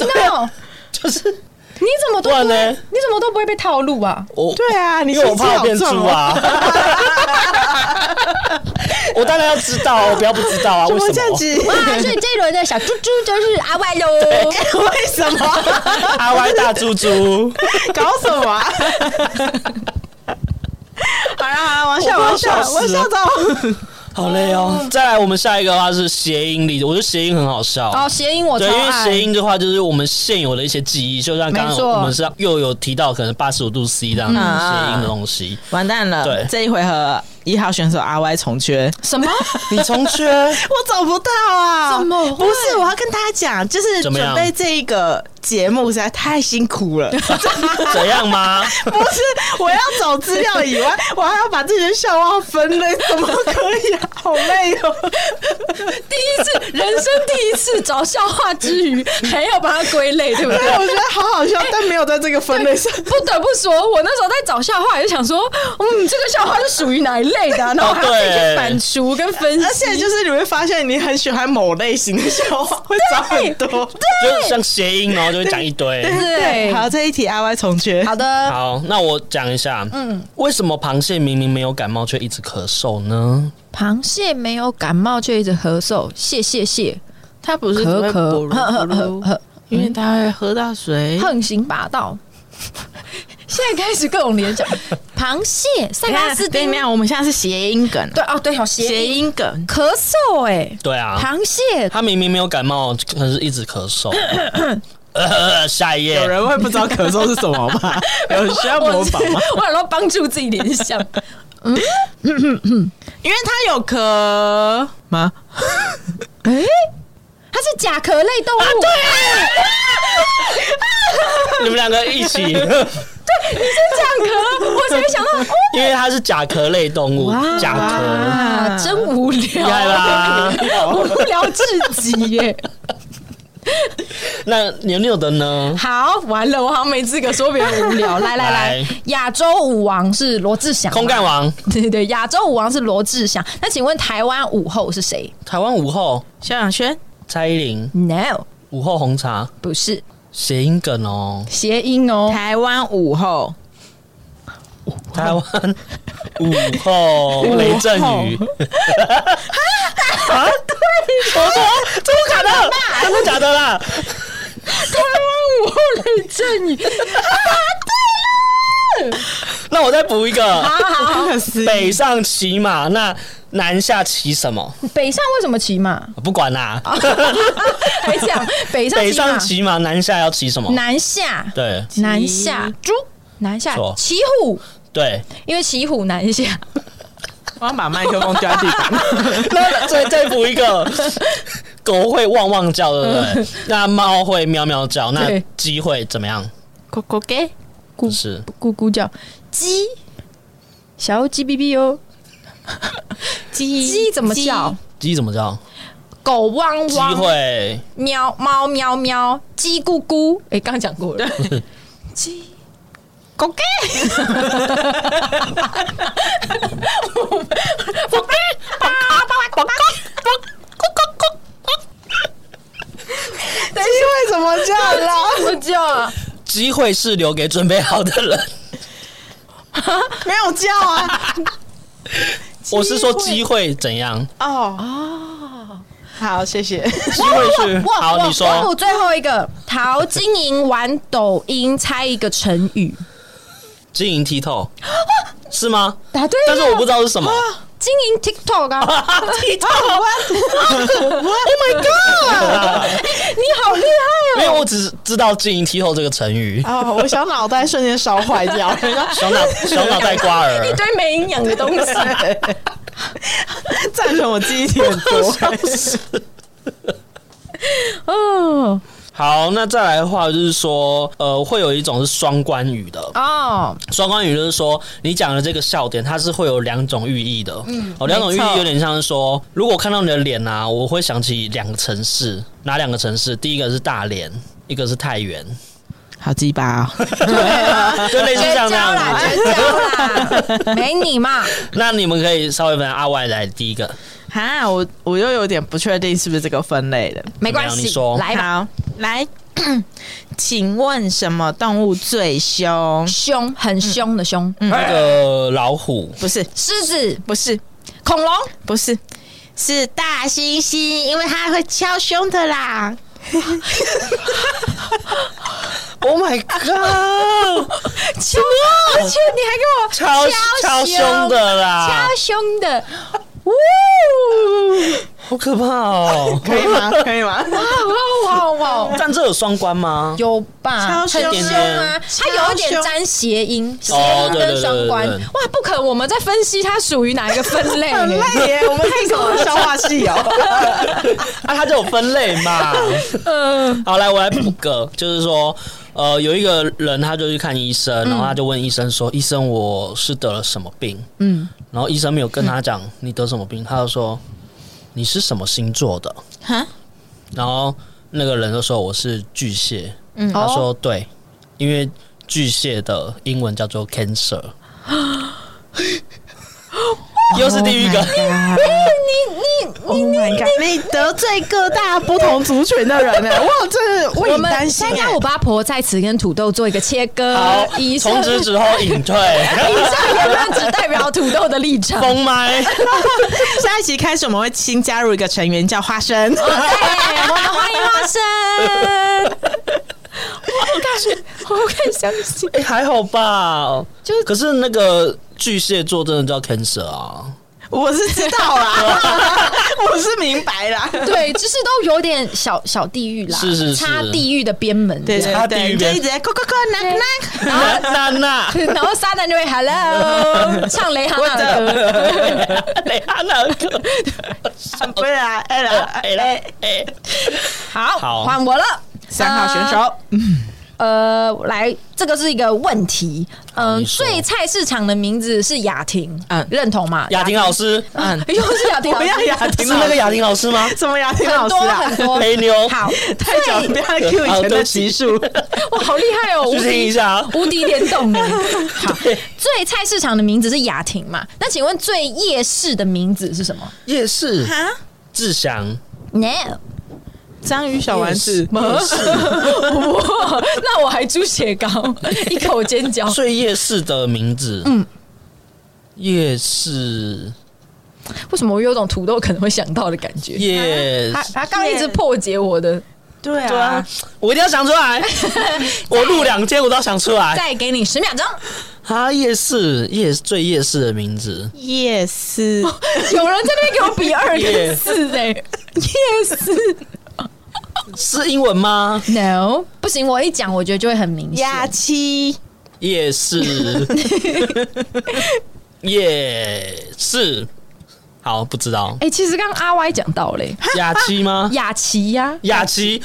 Speaker 3: 明 哦！
Speaker 1: 就是
Speaker 3: 你怎么都不会
Speaker 1: 不然呢
Speaker 3: 你怎么都不会被套路 啊？
Speaker 1: 我，
Speaker 2: 对啊，你
Speaker 1: 因为我
Speaker 2: 心机
Speaker 1: 怕
Speaker 2: 好
Speaker 1: 我变
Speaker 2: 重
Speaker 1: 猪
Speaker 2: 哦！
Speaker 1: 啊。哦 我当然要知道啊，我不要不知道啊，
Speaker 2: 怎
Speaker 1: 为
Speaker 2: 哦么
Speaker 1: 什
Speaker 2: 这样
Speaker 1: 么？
Speaker 2: 子？
Speaker 3: 哇，所以这一轮的小猪猪就是阿外喽。
Speaker 2: 为什么？
Speaker 1: 阿歪大猪猪，
Speaker 2: 搞什么啊？ 好啦好啦，往下
Speaker 1: 我
Speaker 2: 往下
Speaker 1: 笑死
Speaker 2: 往下
Speaker 1: 了
Speaker 2: 走。
Speaker 1: 好累哦。再来，我们下一个的话是谐音例子，我觉得谐音很好笑。
Speaker 3: 哦，谐音我超
Speaker 1: 对，因为
Speaker 3: 爱。
Speaker 1: 谐音的话，就是我们现有的一些记忆，就像刚
Speaker 3: 没
Speaker 1: 刚
Speaker 3: 错
Speaker 1: 我们是又有提到可能八十五度 C 这样子谐音的东西。
Speaker 2: 完蛋了
Speaker 1: 对，
Speaker 2: 这一回合一号选手 R Y 重缺，
Speaker 3: 什么？
Speaker 1: 你重缺，
Speaker 2: 我找不到啊！
Speaker 3: 怎么会
Speaker 2: 不是，我要跟大家讲，就是
Speaker 1: 怎么
Speaker 2: 准
Speaker 1: 样
Speaker 2: 备这一个节目实在太辛苦 了。
Speaker 1: 怎样吗？
Speaker 2: 不是，我要找资料以 外，我还要把这些笑话分类，怎么可以啊？好累哦！
Speaker 3: 第一次，人生第一次找笑话之余，还要把它归类，对不
Speaker 2: 对，
Speaker 3: 对？
Speaker 2: 我觉得好好笑，但没有在这个分类上。
Speaker 3: 不得不说，我那时候在找笑话，也就想说，嗯，这个笑话是属于哪一类的、
Speaker 1: 哦
Speaker 3: 啊？然后我还要自己去反刍跟分析。
Speaker 2: 而且就是你会发现，你很喜欢某类型的笑话，会找很多。
Speaker 1: 就是像谐音，然后就会讲一堆。
Speaker 3: 对，
Speaker 2: 好，这一题 R Y 重缺。
Speaker 3: 好的，
Speaker 1: 好，那我讲一下，嗯，为什么螃蟹明明没有感冒却一直咳嗽呢？
Speaker 3: 螃蟹没有感冒却一直咳嗽，谢谢谢，
Speaker 2: 他不是
Speaker 3: 咳咳，呵呵呵 呵嗯
Speaker 2: 因为他会喝到水
Speaker 3: 横行霸道。现在开始各种联想，螃蟹、塞拉斯
Speaker 2: 哎对
Speaker 3: 丁，
Speaker 2: 面，我们现在是谐音梗，啊
Speaker 3: 对哦，对，好
Speaker 2: 谐
Speaker 3: 谐音
Speaker 2: 音梗。
Speaker 3: 咳嗽、哎，
Speaker 1: 对啊，
Speaker 3: 螃 蟹
Speaker 1: 他明明没有感冒，可是一直咳嗽。呃，下一页
Speaker 2: 有，人会不知道咳嗽是什么吗？ 有人需要模
Speaker 3: 我
Speaker 2: 仿吗？
Speaker 3: 我 想要帮助自己联想，
Speaker 2: 因为他有咳吗？
Speaker 3: 它是甲壳类动物，对，
Speaker 1: 你们两个一起，因
Speaker 3: 甲壳，我才想到，哦
Speaker 1: 为它是甲壳类动物，甲壳，
Speaker 3: 啊，真无
Speaker 1: 厉害
Speaker 3: 聊，
Speaker 1: 吧？
Speaker 3: 无聊至极耶！
Speaker 1: 那牛牛的呢？
Speaker 3: 好，完了，我好像没资格说别人无聊。来来来
Speaker 1: 来，
Speaker 3: 亚洲舞王是罗志祥嘛，
Speaker 1: 空干王，
Speaker 3: 对对，亚洲舞王是罗志祥。那请问台湾舞后是谁
Speaker 1: 台湾午后，
Speaker 2: 萧亚轩，
Speaker 1: 蔡依林，
Speaker 3: ？No，
Speaker 1: 午后红茶，
Speaker 3: 不是
Speaker 1: 谐音梗哦，
Speaker 3: 谐音哦。
Speaker 2: 台湾午后，
Speaker 1: 台湾午后雷阵雨，啊，对，我说哦真的假的？真的假的啦？
Speaker 3: 台湾舞后雷阵雨，
Speaker 1: 那我再补一个，
Speaker 2: 不可思
Speaker 1: 北
Speaker 2: 议。
Speaker 1: 上骑马，那南下骑什么？
Speaker 3: 北上为什么骑马？
Speaker 1: 不管啦、
Speaker 3: 还讲啊北上
Speaker 1: 北
Speaker 3: 骑马
Speaker 1: 上骑马，南下要骑什么？
Speaker 3: 南下
Speaker 1: 对
Speaker 3: 南下猪南下
Speaker 1: 错
Speaker 3: 骑虎，
Speaker 1: 对，
Speaker 3: 因为骑虎难下。
Speaker 2: 我要把麦克风丢在地板。
Speaker 1: 那再再补一个，狗会汪汪叫，对不对？那猫会喵喵叫，那
Speaker 3: 嗯对
Speaker 1: 鸡会怎么样？
Speaker 3: 咕咕给
Speaker 1: 不
Speaker 3: 咕
Speaker 1: 是
Speaker 3: 咕咕叫，鸡小鸡哔哔哟，
Speaker 6: 鸡
Speaker 3: 鸡怎么叫？？
Speaker 1: 鸡怎么叫？
Speaker 3: 狗汪
Speaker 1: 鸡
Speaker 3: 汪，
Speaker 1: 会
Speaker 3: 喵猫喵喵，鸡咕咕。哎，刚讲过了， 鸡。狗给，
Speaker 2: 鸡会怎么叫 啦？
Speaker 3: 怎么叫啊？
Speaker 1: 机会是留给准备好的人。
Speaker 2: 没有叫啊！
Speaker 1: 我是说机会怎样？
Speaker 2: 哦哦，好，谢谢。
Speaker 1: 机会是
Speaker 3: 哇
Speaker 1: 好，
Speaker 3: 哇
Speaker 1: 你
Speaker 3: 哇
Speaker 1: 说
Speaker 3: 我最后一个，陶晶莹玩抖音，猜一个成语，
Speaker 1: 晶莹剔透是吗？
Speaker 3: 答对了。
Speaker 1: 但是我不知道是 什么。
Speaker 3: 经营 TikTok 啊，
Speaker 1: 剔透，
Speaker 3: 你好厉害哦！
Speaker 1: 没有，我只是知道晶莹剔透这个成语。
Speaker 2: 哦，我小脑袋瞬间烧坏掉了。
Speaker 1: 小脑小脑袋瓜儿，
Speaker 3: 一堆没营养的东西，
Speaker 2: 赞成我记忆体很多。
Speaker 3: 哦
Speaker 1: 好，那再来的话就是说，呃，会有一种是双关语的。
Speaker 3: 哦，
Speaker 1: 双关语就是说，你讲的这个笑点，它是会有两种寓意的。嗯，哦，两种寓
Speaker 3: 没
Speaker 1: 意
Speaker 3: 错
Speaker 1: 有点像是说，如果看到你的脸啊，我会想起两个城市，哪两个城市？第一个是大连，一个是太 原，
Speaker 2: 好鸡巴哦！
Speaker 1: 就类似
Speaker 3: 绝
Speaker 1: 像
Speaker 3: 交
Speaker 1: 这样
Speaker 3: 啦，
Speaker 1: 子。
Speaker 3: 绝交啦，没 你嘛，
Speaker 1: 那你们可以稍微分阿外来第一个，
Speaker 2: 哈，我我又有点不确定是不是这个分类的。
Speaker 3: 没关
Speaker 1: 怎么样你
Speaker 3: 系
Speaker 1: 说，
Speaker 3: 来吧，
Speaker 2: 好，来， 请问什么动物最凶？
Speaker 3: 凶，很凶的凶，
Speaker 1: 那个老虎，
Speaker 2: 不是，
Speaker 3: 狮子、
Speaker 2: 不是，
Speaker 3: 恐龙，
Speaker 2: 不是，是大猩猩，因为它会敲胸的啦。
Speaker 1: ，Oh my God，
Speaker 3: 什么？而且你还给我
Speaker 1: 超
Speaker 3: 超
Speaker 1: 超凶的啦
Speaker 3: 超，凶的，
Speaker 1: 好可怕哦！
Speaker 2: 可以吗？ 可以吗？
Speaker 3: 哇哇哇哇！
Speaker 1: 但 这有双关吗？
Speaker 3: 有吧？
Speaker 2: 超凶
Speaker 3: 很
Speaker 1: 一点
Speaker 3: 凶
Speaker 1: 点
Speaker 3: 啊，它有一点沾谐音，谐
Speaker 1: 哦
Speaker 3: 音跟双关。
Speaker 1: 对对对对对
Speaker 3: 哇，不可！我们在分析它属于哪一个分类呢？哎
Speaker 2: 很累耶，我们太什么消化 系哦？
Speaker 1: 啊，它就有分类 嘛。好，来我来补个，就是说，呃，有一个人他就去看医生，然后他就问医生说：“医生，我是得了什么病？”嗯，然后医生没有跟他讲你得什么病，他就说：“你是什么星座的？”
Speaker 2: 哈
Speaker 1: 然后那个人就说：“我是巨蟹。”嗯，他
Speaker 3: 哦
Speaker 1: 说：“对，因为巨蟹的英文叫做 Cancer。”又是第一个，
Speaker 2: Oh my god！你得罪各大不同族群的人呢，我真是为
Speaker 3: 我
Speaker 2: 你
Speaker 3: 们
Speaker 2: 担心
Speaker 3: 三
Speaker 2: 耶
Speaker 3: 幺五八婆在此跟土豆做一个切割。
Speaker 1: 好
Speaker 3: 以，上
Speaker 1: 从此之后隐退，
Speaker 3: 以上言论只代表土豆的立场。
Speaker 1: 封麦。
Speaker 2: 下一期开始，我们会新加入一个成员叫花 生。
Speaker 3: 对，我们哎欢迎花生。我感觉，我不敢相信。
Speaker 1: 哎、还好吧，
Speaker 3: 就
Speaker 1: 可是那个巨蟹座真的叫 Cancer 啊，
Speaker 2: 我是知道啦，我是明白啦。
Speaker 3: 对，就是都有点小小地狱啦，
Speaker 1: 是是是
Speaker 3: 插地狱的边门。
Speaker 2: 对对
Speaker 1: 他地狱
Speaker 2: 对，就
Speaker 1: 边
Speaker 2: 一直在扣扣扣那那，
Speaker 1: 那那 那
Speaker 3: 然后撒旦就会 Hello 唱雷哈娜的歌，
Speaker 1: 哎雷哈娜的歌，
Speaker 2: 不是啊，哎啦
Speaker 1: 哎啦哎，
Speaker 3: 好，
Speaker 1: 好
Speaker 3: 换我了。
Speaker 2: 三号选手，
Speaker 3: 呃，来，这个是一个问题。嗯、
Speaker 1: 好你说
Speaker 3: 最菜市场的名字是雅婷，
Speaker 2: 嗯
Speaker 3: 认同吗？
Speaker 1: 雅婷老师，
Speaker 2: 嗯，
Speaker 3: 又是雅婷老
Speaker 2: 不
Speaker 3: 师，
Speaker 2: 要雅
Speaker 1: 是
Speaker 2: 婷老
Speaker 1: 那个
Speaker 2: 师，
Speaker 1: 雅婷老师吗？
Speaker 2: 什么雅婷老
Speaker 3: 很
Speaker 2: 师
Speaker 3: 多
Speaker 2: 啊？
Speaker 3: 很多。
Speaker 1: 黑妞，
Speaker 3: 好，
Speaker 2: 太久了，不要 Q 以前的集数。
Speaker 3: 哇，好厉害哦！无
Speaker 1: 去听一
Speaker 3: 敌
Speaker 1: 下啊。
Speaker 3: 无敌联 动哎。好，最菜市场的名字是雅婷嘛？那请问最夜市的名字是什么
Speaker 1: 夜市
Speaker 2: 啊，
Speaker 1: 志祥，
Speaker 3: ？No，
Speaker 2: 章鱼小丸子，
Speaker 3: 哇，那我还猪血糕，一口 尖椒。
Speaker 1: 最夜市的名字，哦嗯，夜市
Speaker 3: 为什么我有种土豆可能会想到的感 觉？
Speaker 1: 夜，
Speaker 3: 他他刚一直破解我的，
Speaker 2: 对
Speaker 1: 对啊
Speaker 2: 啊，，
Speaker 1: 我一定要想出来，我录两天我都要想出来。
Speaker 3: 再给你十秒钟。
Speaker 1: 啊，夜市夜最夜市的名字，
Speaker 2: 夜市，
Speaker 3: 有人在那边给我比二跟四哎、 夜市
Speaker 1: 是英文吗？
Speaker 3: No，不行，我一讲我觉得就会很明显。
Speaker 2: 牙七，
Speaker 1: 夜 市，夜市，好，不知道
Speaker 3: 哎、其实刚刚阿 Y 讲到嘞、
Speaker 1: 雅琪吗？
Speaker 3: 雅琪呀、
Speaker 1: 雅琪，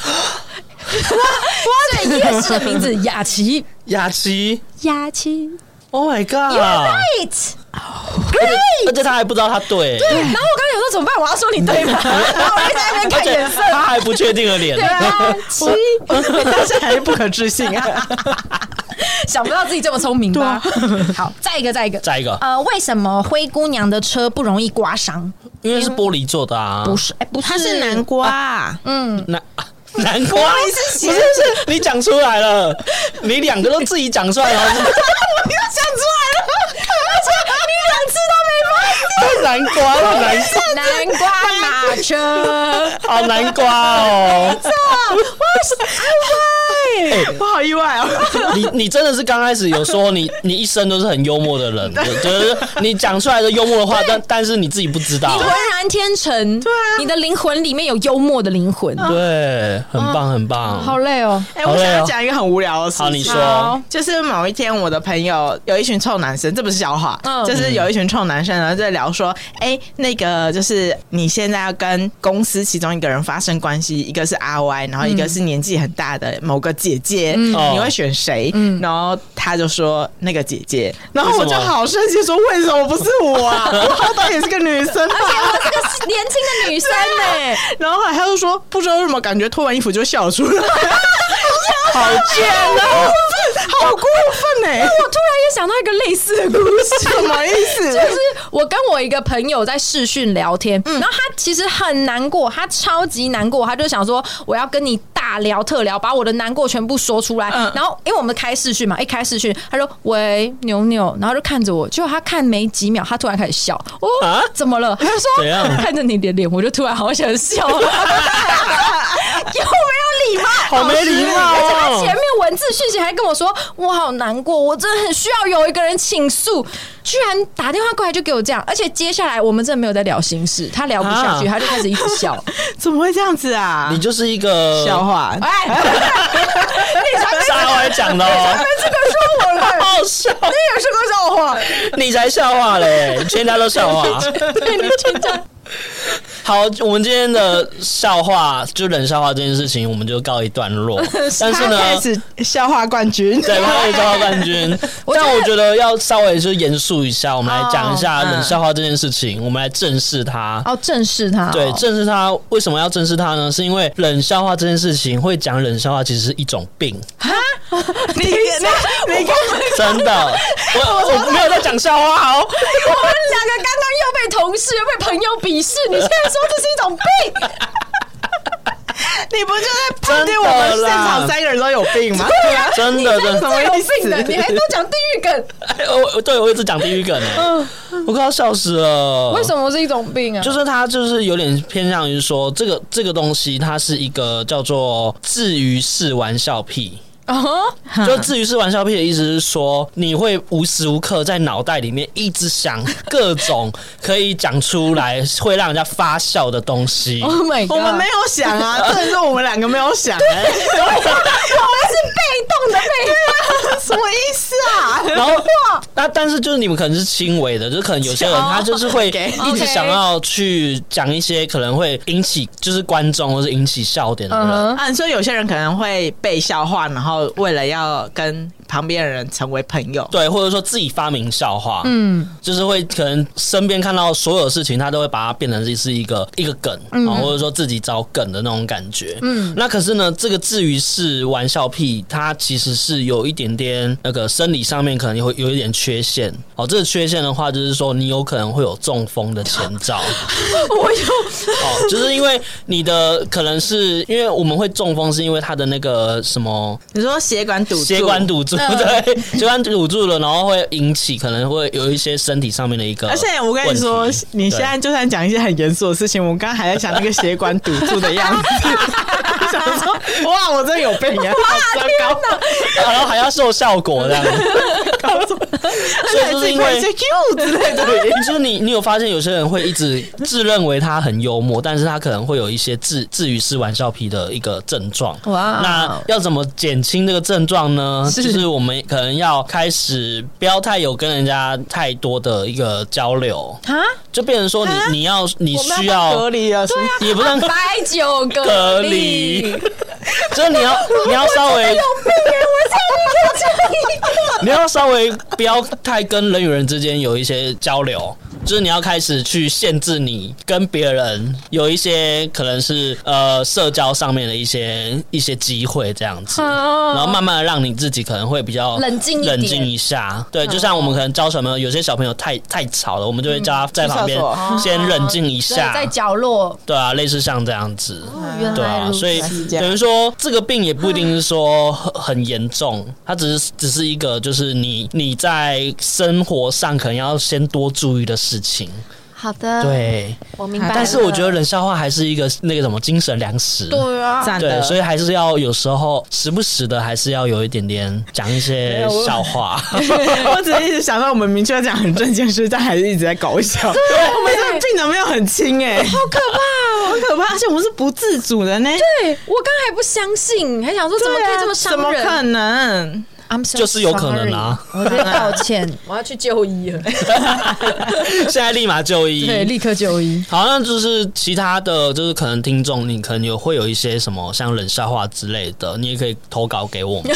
Speaker 3: 对，夜市的名字雅琪，
Speaker 1: 雅琪
Speaker 3: 雅琪
Speaker 1: ，Oh my god！
Speaker 3: ，Right。
Speaker 1: 而且他还不知道他对，啊
Speaker 3: 对，然后我刚刚有说怎么办？我要说你对吗？然后我就在那边
Speaker 1: 而
Speaker 3: 看
Speaker 1: 且
Speaker 3: 眼色。
Speaker 1: 他还不确定了脸
Speaker 3: 对。啊，七，
Speaker 2: 但是还是不可置信啊！
Speaker 3: 想不到自己这么聪明吧？好，再一个，再一个，
Speaker 1: 再一个，
Speaker 3: 呃，为什么灰姑娘的车不容易刮伤？
Speaker 1: 因为是玻璃做的啊，
Speaker 3: 不是，哎、不是，
Speaker 2: 它是南瓜啊，
Speaker 3: 嗯，
Speaker 1: 南啊南瓜，
Speaker 2: 你是
Speaker 1: 不是不是，你讲出来了，你两个都自己讲出来了，
Speaker 3: 要想出来了，而且你
Speaker 1: 是南瓜了，南瓜，
Speaker 3: 两次都没南瓜马车，
Speaker 1: 好南瓜哦。
Speaker 2: 我好意外哦。
Speaker 1: 你你真的是刚开始有说你你一生都是很幽默的人，就是你讲出来的幽默的话，但但是你自己不知道
Speaker 3: 你。浑然天成，对啊，你的灵魂里面有幽默的灵魂，
Speaker 1: 对，很棒很棒。
Speaker 3: 好累哦。
Speaker 2: 哎、
Speaker 1: 好
Speaker 2: 我
Speaker 1: 累哦
Speaker 2: 想要讲一个很无聊的事情。
Speaker 1: 好你说
Speaker 3: 好
Speaker 2: 就是某一天，我的朋友有一群臭男生，这不是笑话，
Speaker 3: 嗯
Speaker 2: 就是有一群臭男生，然后在聊说，哎、那个就是你现在要跟公司其中一个人发生关系，一个是阿 Y，然后一个是年纪很大的某个姐姐，
Speaker 1: 哦
Speaker 2: 你会选谁？然后他就说那个姐姐，然后我
Speaker 1: 为
Speaker 2: 就
Speaker 1: 什么
Speaker 2: 说好生气，说为什么不是我 啊？我好歹也是个女生吧。啊
Speaker 3: 她这个是年轻的女生呢、
Speaker 2: 然后后来他就说不知道为什么感觉脱完衣服就笑了出 来，
Speaker 1: 好贱
Speaker 2: 啊
Speaker 1: 哦！
Speaker 2: 好过分哎、
Speaker 3: 我突然也想到一个类似的故事，
Speaker 2: 什么意思？
Speaker 3: 就是我跟我一个朋友在视讯聊天，
Speaker 1: 嗯
Speaker 3: 然后他其实很难过，他超级难过，他就想说我要跟你大聊特聊，把我的难过全部说出来。
Speaker 2: 嗯
Speaker 3: 然后因为我们开视讯嘛，一开视讯，他说喂牛牛，然后就看着我，结果他看没几秒，他突然开始笑，哦，
Speaker 1: 啊
Speaker 3: 怎么了？他就说
Speaker 1: 怎样
Speaker 3: 看着你的脸，我就突然好想笑 了，有没有礼貌？
Speaker 1: 好没礼貌
Speaker 3: 而且他前
Speaker 1: 哦！
Speaker 3: 面文字讯息还跟我说我好难过，我真的很需要有一个人倾诉，居然打电话过来就给我这样，而且接下来我们真的没有在聊心事，他聊不下去，
Speaker 1: 啊
Speaker 3: 他就开始一直笑，
Speaker 2: 怎么会这样子啊？
Speaker 1: 你就是一个
Speaker 2: 笑话，
Speaker 3: 哎，你才
Speaker 1: 沙歪讲的哦，
Speaker 3: 这个说我了，
Speaker 1: 好好笑，
Speaker 3: 这也是个笑话，
Speaker 1: 你才笑话嘞，全家都笑话。
Speaker 3: 对你真的
Speaker 1: 好，我们今天的笑话就冷笑话这件事情，我们就告一段落。但是呢，
Speaker 2: 开始笑话冠军，
Speaker 1: 对，他可以抓到冠军。但我觉得要稍微就是严肃一下，我们来讲一下冷笑话这件事情，我们来正视它。
Speaker 3: 哦，正视他哦，
Speaker 1: 对，正视它。为什么要正视它呢？是因为冷笑话这件事情，会讲冷笑话其实是一种病，
Speaker 2: 你你你看，
Speaker 1: 真的。我我没有在讲笑话哦，
Speaker 3: 我们两个刚刚又被同事又被朋友鄙视，你现在说这是一种病，
Speaker 2: 你不就在判定我们现场三个人都有病吗？
Speaker 1: 真的真
Speaker 2: 什
Speaker 1: 的。
Speaker 2: 么
Speaker 3: 有
Speaker 2: 意
Speaker 3: 病的，你
Speaker 2: 思？
Speaker 3: 还都讲地狱梗，
Speaker 1: 哎我我对我一直讲地狱梗呢，我快要笑死了。
Speaker 3: 为什么是一种病啊？
Speaker 1: 哦就是它就是有点偏向于说，这个这个东西它是一个叫做至于式玩笑癖。
Speaker 3: 哦，
Speaker 1: 就至于是玩笑屁的意思是说，你会无时无刻在脑袋里面一直想各种可以讲出来会让人家发笑的东 西。
Speaker 3: Oh my god！
Speaker 2: 我们没有想 啊，真的是我们两个没有 想，啊
Speaker 1: 哎
Speaker 3: 哦我们是被动 的被
Speaker 2: 什么意思啊？
Speaker 1: 然后，那但是就是你们可能是轻微的，就是可能有些人
Speaker 3: 哦
Speaker 1: 他就是会
Speaker 2: OK
Speaker 1: 一直想要去讲一些可能会引起就是观众或是引起笑点的
Speaker 3: 嗯
Speaker 1: 人。
Speaker 3: 哼
Speaker 2: 啊，你说有些人可能会被笑话，然后为了要跟旁边的人成为朋友，
Speaker 1: 对，或者说自己发明笑话，嗯，就是会可能身边看到所有事情，他都会把它变成是是一个一个梗啊、或者说自己找梗的那种感觉，嗯。那可是呢，这个至于是玩笑屁，它其实是有一点点那个生理上面可能有有一点缺陷哦。这个缺陷的话，就是说你有可能会有中风的前兆。
Speaker 3: 我有
Speaker 1: 哦，就是因为你的可能是因为我们会中风，是因为它的那个什么
Speaker 2: 你说血管堵住，
Speaker 1: 血管，堵住，
Speaker 2: 嗯
Speaker 1: 对，血管堵住了，然后会引起可能会有一些身体上面的一个
Speaker 2: 而
Speaker 1: 问题。
Speaker 2: 且我跟你说，你现在就算讲一些很严肃的事情，我刚刚还在想那个血管堵住的样子。想说， 哇，我真有病啊！好糟糕，
Speaker 1: 啊然后还要受效果 这样，所以就是因为
Speaker 2: 一些 Q 之类的。
Speaker 1: 对， 就是你，你有发现有些人会一直自认为他很幽默，但是他可能会有一些自自娱式玩笑皮的一个症状。
Speaker 3: 哇
Speaker 1: 那要怎么减轻这个症状呢？就是我们可能要开始不要太有跟人家太多的一个交流，
Speaker 3: 啊，
Speaker 1: 就变成说你你要你
Speaker 2: 我们
Speaker 1: 需
Speaker 2: 要隔
Speaker 1: 要
Speaker 2: 离啊，对啊，
Speaker 1: 也不能
Speaker 3: 白酒
Speaker 1: 隔
Speaker 3: 隔
Speaker 1: 离哦哎
Speaker 3: 离，，哎
Speaker 1: 就是 你要你要稍微。 你要稍微不要太跟人与人之间有一些交流，就是你要开始去限制你跟别人有一些可能是呃社交上面的一些一些机会这样子，
Speaker 3: 哦
Speaker 1: 然后慢慢的让你自己可能会比较
Speaker 3: 冷静一点啊
Speaker 1: 冷静一下。对，就像我们可能教小朋友，有些小朋友太太吵了，我们就会叫他在旁边
Speaker 2: 去厕所
Speaker 1: 先冷静一
Speaker 3: 对
Speaker 1: 下，
Speaker 3: 在角落。
Speaker 1: 对啊，类似像这样子。
Speaker 3: 哦原
Speaker 1: 对
Speaker 3: 来
Speaker 1: 啊，
Speaker 3: 如
Speaker 1: 所以
Speaker 3: 此。
Speaker 2: 这样
Speaker 1: 等于说这个病也不一定是说很很严重，它只是只是一个就是你你在生活上可能要先多注意的事情。
Speaker 6: 好的，
Speaker 1: 对，
Speaker 6: 我明白了。
Speaker 1: 但是我觉得冷笑话还是一个那个什么精神粮食。
Speaker 3: 对啊，
Speaker 2: 赞
Speaker 1: 对，
Speaker 2: 的，
Speaker 1: 所
Speaker 2: 以
Speaker 1: 以还是要有时候时不时的，还是要有一点点讲一些
Speaker 2: 有我
Speaker 1: 笑话。
Speaker 2: 我只是一直想到我们明确讲很正经事，但还是一直在搞笑。对，我们这个病的没有很轻哎，好可怕，很可怕，而且我们是不自主的呢。
Speaker 3: 对我刚还不相信，还想说怎么可以这么
Speaker 2: 对啊怎
Speaker 3: 伤
Speaker 2: 么可
Speaker 3: 人？
Speaker 2: 能？
Speaker 3: I'm so
Speaker 1: 就是有可能啊
Speaker 3: sorry，我在道歉， 我要去就医 了。
Speaker 1: 现在立马就医。
Speaker 3: 对，立刻就医。
Speaker 1: 好像就是其他的就是可能听众，你可能有会有一些什么像冷笑话之类的，你也可以投稿给我 们。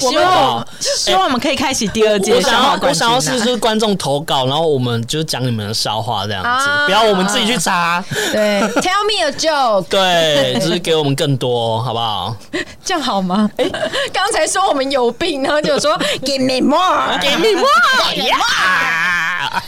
Speaker 2: 希望希望我们可以开启第二届
Speaker 1: 我
Speaker 2: 笑
Speaker 1: 想
Speaker 2: 话
Speaker 1: 要，我
Speaker 2: 冠军
Speaker 1: 想
Speaker 2: 啊。
Speaker 1: 要是就是观众投稿，然后我们就讲你们的笑话这样子，
Speaker 3: 啊
Speaker 1: 不要我们自己去 查。
Speaker 3: 对，Tell me a joke，
Speaker 1: 对，就是给我们更多，好不好？
Speaker 3: 这样好吗？
Speaker 1: 哎
Speaker 3: 刚才说我们有病，然后 就说 Give me more，
Speaker 1: 给 你哇呀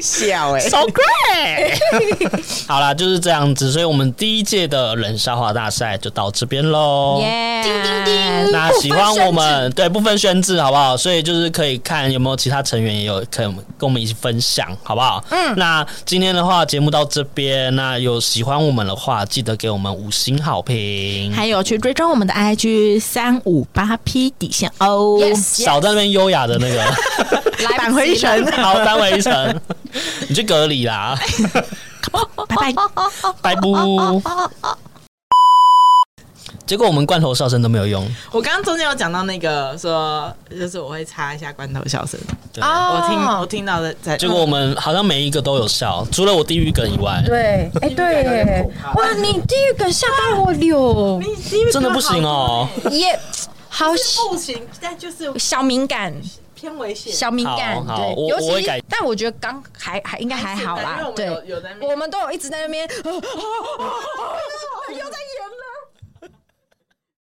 Speaker 2: 笑哎，
Speaker 1: ，so great！好 啦，就是这样子，所以我们第一届的冷笑话大赛就到这边喽。
Speaker 3: 耶！叮叮叮
Speaker 1: 那喜欢我们对不分宣制好不好？所以就是可以看有没有其他成员也有可以跟我们一起分享，好不好？嗯，那今天的话节目到这边，那有喜欢我们的话，记得给我们五星好
Speaker 2: 嗯
Speaker 1: 评。
Speaker 6: 还有去追踪我们的 IG 三五八 P 底线哦。
Speaker 3: Yes，
Speaker 1: 少在那边优雅的 那个，
Speaker 3: 来
Speaker 2: 返回一
Speaker 3: 神，
Speaker 2: 神。
Speaker 1: 好，三围一层，你去隔离啦，
Speaker 6: 拜
Speaker 2: 哦
Speaker 6: 拜。
Speaker 1: 拜不。结果我们罐头笑声都没有用，
Speaker 2: 我刚刚中间有讲到那个说，就是我会擦一下罐头笑声，
Speaker 1: 对，
Speaker 3: 哦
Speaker 2: 我听我听到的在。
Speaker 1: 结果我们好像每一个都有笑，除了我地狱梗以外，
Speaker 3: 对，哎对耶，哇，你地狱梗吓到我了，
Speaker 1: 真的不行哦。
Speaker 3: 耶，好
Speaker 2: 嗯不行，但就是
Speaker 3: 小敏感，
Speaker 2: 偏危险。
Speaker 3: 小敏感，
Speaker 1: 好好
Speaker 3: 对，
Speaker 1: 我
Speaker 3: 尤
Speaker 1: 我会
Speaker 3: 其
Speaker 1: 改
Speaker 3: 是但我觉得刚还还应该还好啦，对
Speaker 2: 因为我们有，有在那边
Speaker 3: 我们都有一直在那边，啊啊啊啊